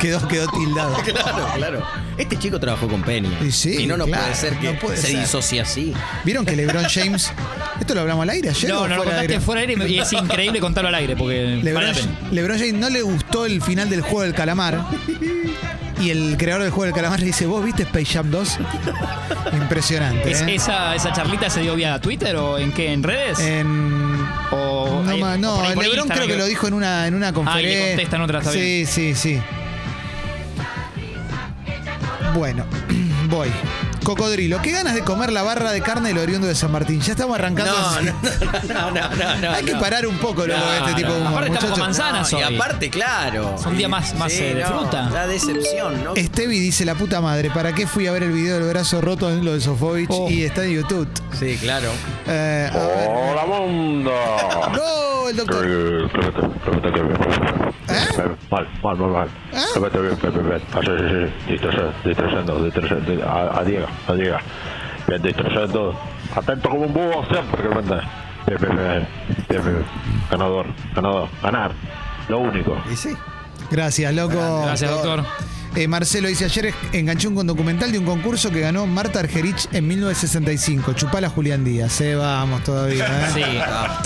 Quedó, quedó tildado. Claro, claro. Este chico trabajó con Peña. Y sí, no, no claro, puede ser que no puede se ser. disocie así. ¿Vieron que LeBron James. Esto lo hablamos al aire ayer? o No, no lo fuera de contaste aire? fuera de aire y y es increíble contarlo al aire porque vale LeBron, la pena. LeBron James no le gustó el final del juego del calamar. Y el creador del juego del calamar le dice: ¿Vos viste Space Jam 2? Impresionante. ¿Es- ¿eh? esa, ¿Esa charlita se dio vía Twitter o en qué? ¿En redes? En- Eh, o, no, Oh, ahí- ma- o no, por ahí por LeBron Instagram creo que lo dijo en una, en una Ah, y le conferencia. contestan otra, está Sí, bien. sí, sí. Bueno, voy. Cocodrilo, qué ganas de comer la barra de carne del oriundo de San Martín. Ya estamos arrancando. No, no, no, no, no, no. Hay que parar un poco, loco, No, este tipo de no. humor, Aparte estamos con muchachos. manzanas No, y hoy. aparte, claro. Es un día más- más, eh, de fruta. La decepción, ¿no? Stevie dice la puta madre, ¿para qué fui a ver el video del brazo roto en lo de Sofovich Oh. y está en YouTube? Sí, claro. Eh, a ver. ¡Hola, mundo! Oh. No, el doctor. Eh, Clemente, Clemente, que bien. ¿Eh? Mal, mal, mal, mal. ¿Ah? Clemente, bien, bien, bien, bien. Ah, sí, sí, sí. Distrayendo, distrayendo, distrayendo. A, a Diego, a Diego. Bien, distrayendo. Atento como un búho siempre, Clemente. Bien, bien, bien. Bien, bien. Ganador, ganador. Ganar. Lo único. Y sí. Gracias, loco. Gracias, doctor. Eh, Marcelo dice, ayer enganché un documental de un concurso que ganó Marta Argerich en 1965. Chupala Julián Díaz, eh, vamos todavía. eh.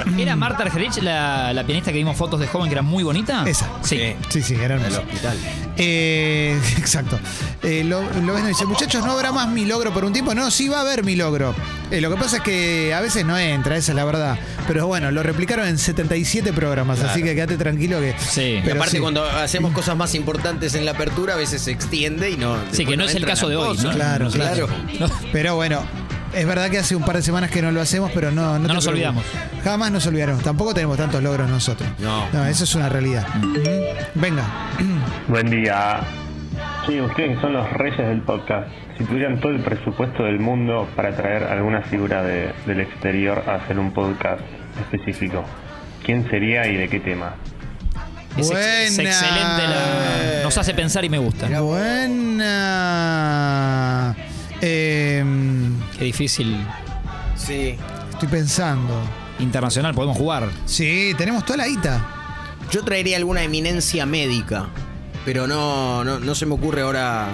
Sí. ¿Era Marta Argerich la, la pianista que vimos fotos de joven que era muy bonita? Esa. Ah, Sí. Sí, sí, era El hermoso. hospital. Eh, exacto. Eh, lo, lo ves, dice, muchachos, no habrá más mi logro por un tiempo. No, sí va a haber mi logro. Eh, lo que pasa es que a veces no entra, esa es la verdad. Pero bueno, lo replicaron en 77 programas, así que quédate tranquilo que. Sí. pero aparte, sí. cuando hacemos cosas más importantes en la apertura, a veces se extiende y no. Sí, que no es el caso de hoy, ¿no? Claro, No sé. claro. No. Pero bueno, es verdad que hace un par de semanas que no lo hacemos, pero no. No, te nos preocupes. olvidamos. Jamás nos olvidaron. Tampoco tenemos tantos logros nosotros. No. eso es una realidad. Venga. Buen día. Sí, ustedes que son los reyes del podcast. Si tuvieran todo el presupuesto del mundo para traer alguna figura de- del exterior a hacer un podcast específico, ¿quién sería y de qué tema? Es, ex- es Buena. excelente. la- nos hace pensar y me gusta. Era buena. Em, Qué difícil. Sí. estoy pensando. Internacional, podemos jugar. Sí, tenemos toda la guita. Yo traería alguna eminencia médica, pero no, no, no se me ocurre ahora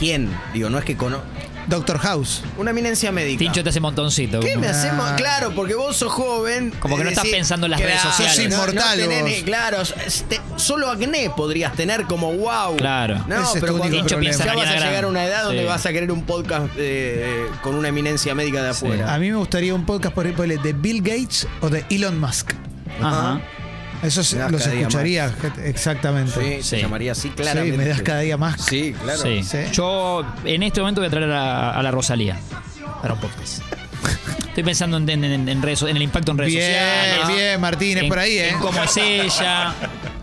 quién. Digo, no es que conozco. Doctor House. Una eminencia médica. Tincho te hace montoncito. ¿Qué me Ah. hacemos? Claro, porque vos sos joven. Como que no es estás pensando en las redes claro, sociales. Sos no- no inmortal tenés vos. ni- claro, s- te- solo acné podrías tener como wow. Claro. No, Ese es pero tu cuando único ya problema. vas a Mañana llegar a una edad donde Sí. vas a querer un podcast eh, con una eminencia médica de Sí. afuera. A mí me gustaría un podcast, por ejemplo, de Bill Gates o de Elon Musk. Ajá. Esos Me das los cada día escucharía, exactamente. Sí, Sí. se llamaría así Sí, claramente. me das cada día más. Sí, claro. Sí. Sí. Yo en este momento voy a traer a, a la Rosalía para un podcast. Estoy pensando en, en- en- en redes so- en el impacto en redes Bien, sociales. bien, Martínez, en- por ahí, ¿eh? En cómo es ella.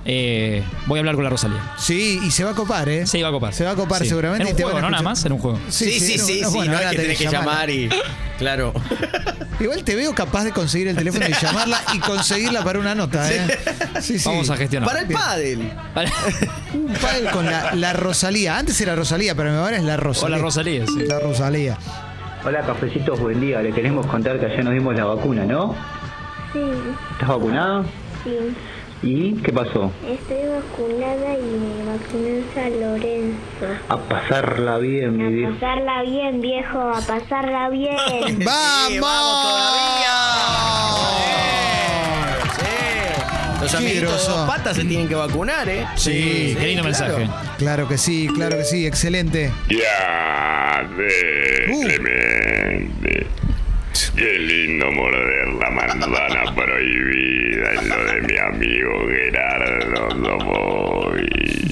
Eh, voy a hablar con la Rosalía. Sí, y se va a copar, ¿eh? Se iba a copar. Se va a copar Sí. seguramente. Era y un te juego, van a ¿no? Nada escuchar. más, era un juego. Sí, sí, sí, no, sí, bueno, no ahora la tenés que llamar llamarla. y. Claro. Igual te veo capaz de conseguir el teléfono y llamarla y conseguirla para una nota, ¿eh? Sí, sí. Vamos a gestionar. Para el pádel. Para- Un pádel con la, la Rosalía. Antes era Rosalía, pero ahora es la o Rosalía. la Rosalía, sí. La Rosalía. Hola, cafecitos, buen día. Le queremos contar que ayer nos dimos la vacuna, ¿no? Sí, ¿Estás vacunado? sí, ¿Y qué pasó? estoy vacunada y me vacuné en San Lorenzo. A pasarla bien, mi A viejo. pasarla bien, viejo, a pasarla bien. ¡Vamos! todavía! Sí. Los Qué amiguitos de groso. dos patas se tienen que vacunar, ¿eh? Sí, qué lindo claro. mensaje. Claro que sí, claro que sí. Excelente. Ya de Uh. Clemente. Qué lindo morder la manzana prohibida en lo de mi amigo Gerardo Domovi.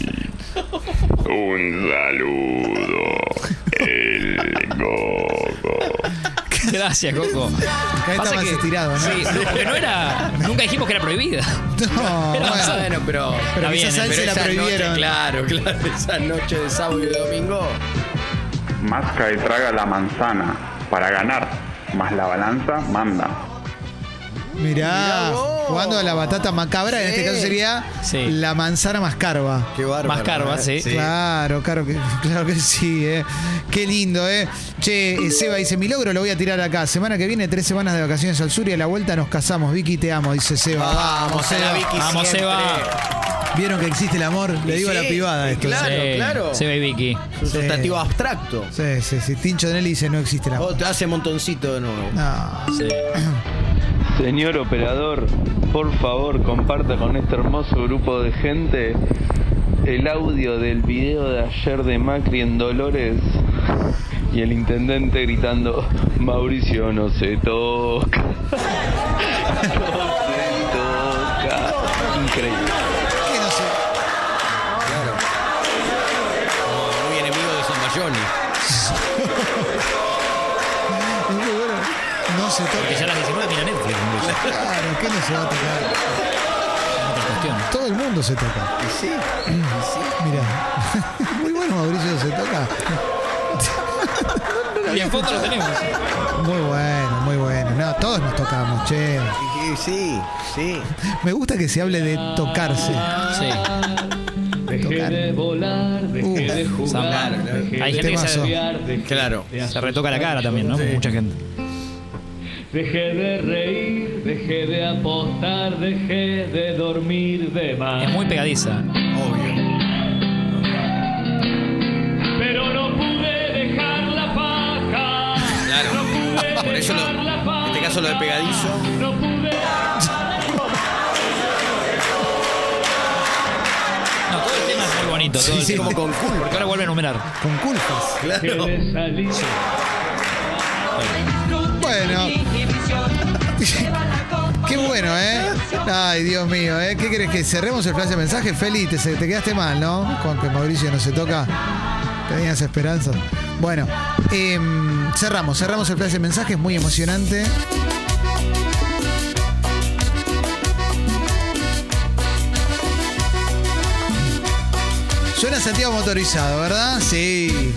Un saludo, el gogo. Gracias, Coco. Acá está Pasa más que- estirado, ¿no? Sí, no, porque no era. Nunca dijimos que era prohibida. No, Pero bueno. avanzada. Bueno, pero. Pero Está bien, quizás a él pero se la esa noche, prohibieron. claro, claro. Esa noche de sábado y de domingo. Masca y traga la manzana para ganar, más la balanza manda. Mirá, Mirá vos. jugando a la batata macabra, en Sí. este caso sería Sí. la manzana más carva. Qué bárbaro. Más carva, ¿eh? sí. Claro, claro que, claro que sí, eh. Qué lindo, eh. Che, eh, Seba dice, mi logro lo voy a tirar acá. Semana que viene, tres semanas de vacaciones al sur y a la vuelta nos casamos. Vicky, te amo, dice Seba. Vamos, a la Seba. Vicky. Vamos, siempre. Seba. Vieron que existe el amor, le Y digo a la sí, privada y esto. Claro, Sí, claro. Se ve Vicky. Es un Sí. sustantivo abstracto. Sí, sí, sí. Tincho de Nelly dice, no existe el amor. Oh, te hace montoncito de nuevo. No. Señor operador, por favor comparta con este hermoso grupo de gente el audio del video de ayer de Macri en Dolores y el intendente gritando, Mauricio no se toca. No se toca. Increíble. ¿Qué no sé? Como Muy enemigo de Santayoni. Es muy bueno. No se Que ya toca. a las 19 mira Netflix. incluso. Claro, ¿qué no se va a tocar? Otra cuestión. Todo el mundo se toca. Y sí. Mira. Muy bueno, Mauricio, se toca. Y en foto lo tenemos. Muy bueno, muy bueno. No, todos nos tocamos, che. Y sí, sí. Me gusta que se hable de tocarse. Sí. Tocar. Uh, Samba. Claro, claro. Hay gente que Temazo. se, Claro. se retoca la cara también, ¿no? Mucha gente. Dejé de reír, dejé de apostar, dejé de dormir de Es más. muy pegadiza. Pero no pude dejar la paja. Claro. Ah, Por eso, lo, en este caso, lo de pegadizo. Ah, No pude. No, todo el tema es muy bonito. Todo el Sí, tema. como con culpa. Porque ahora vuelve a enumerar. Con culpas. Claro. Bueno. Qué bueno, ¿eh? Ay, Dios mío, ¿eh? ¿Qué crees que cerremos el flash de mensaje? Feli, te, se- te quedaste mal, ¿no? Con que Mauricio no se toca. Tenías esperanzas. Bueno, em, cerramos, cerramos el flash de mensaje, es muy emocionante. Suena Santiago motorizado, ¿verdad? Sí.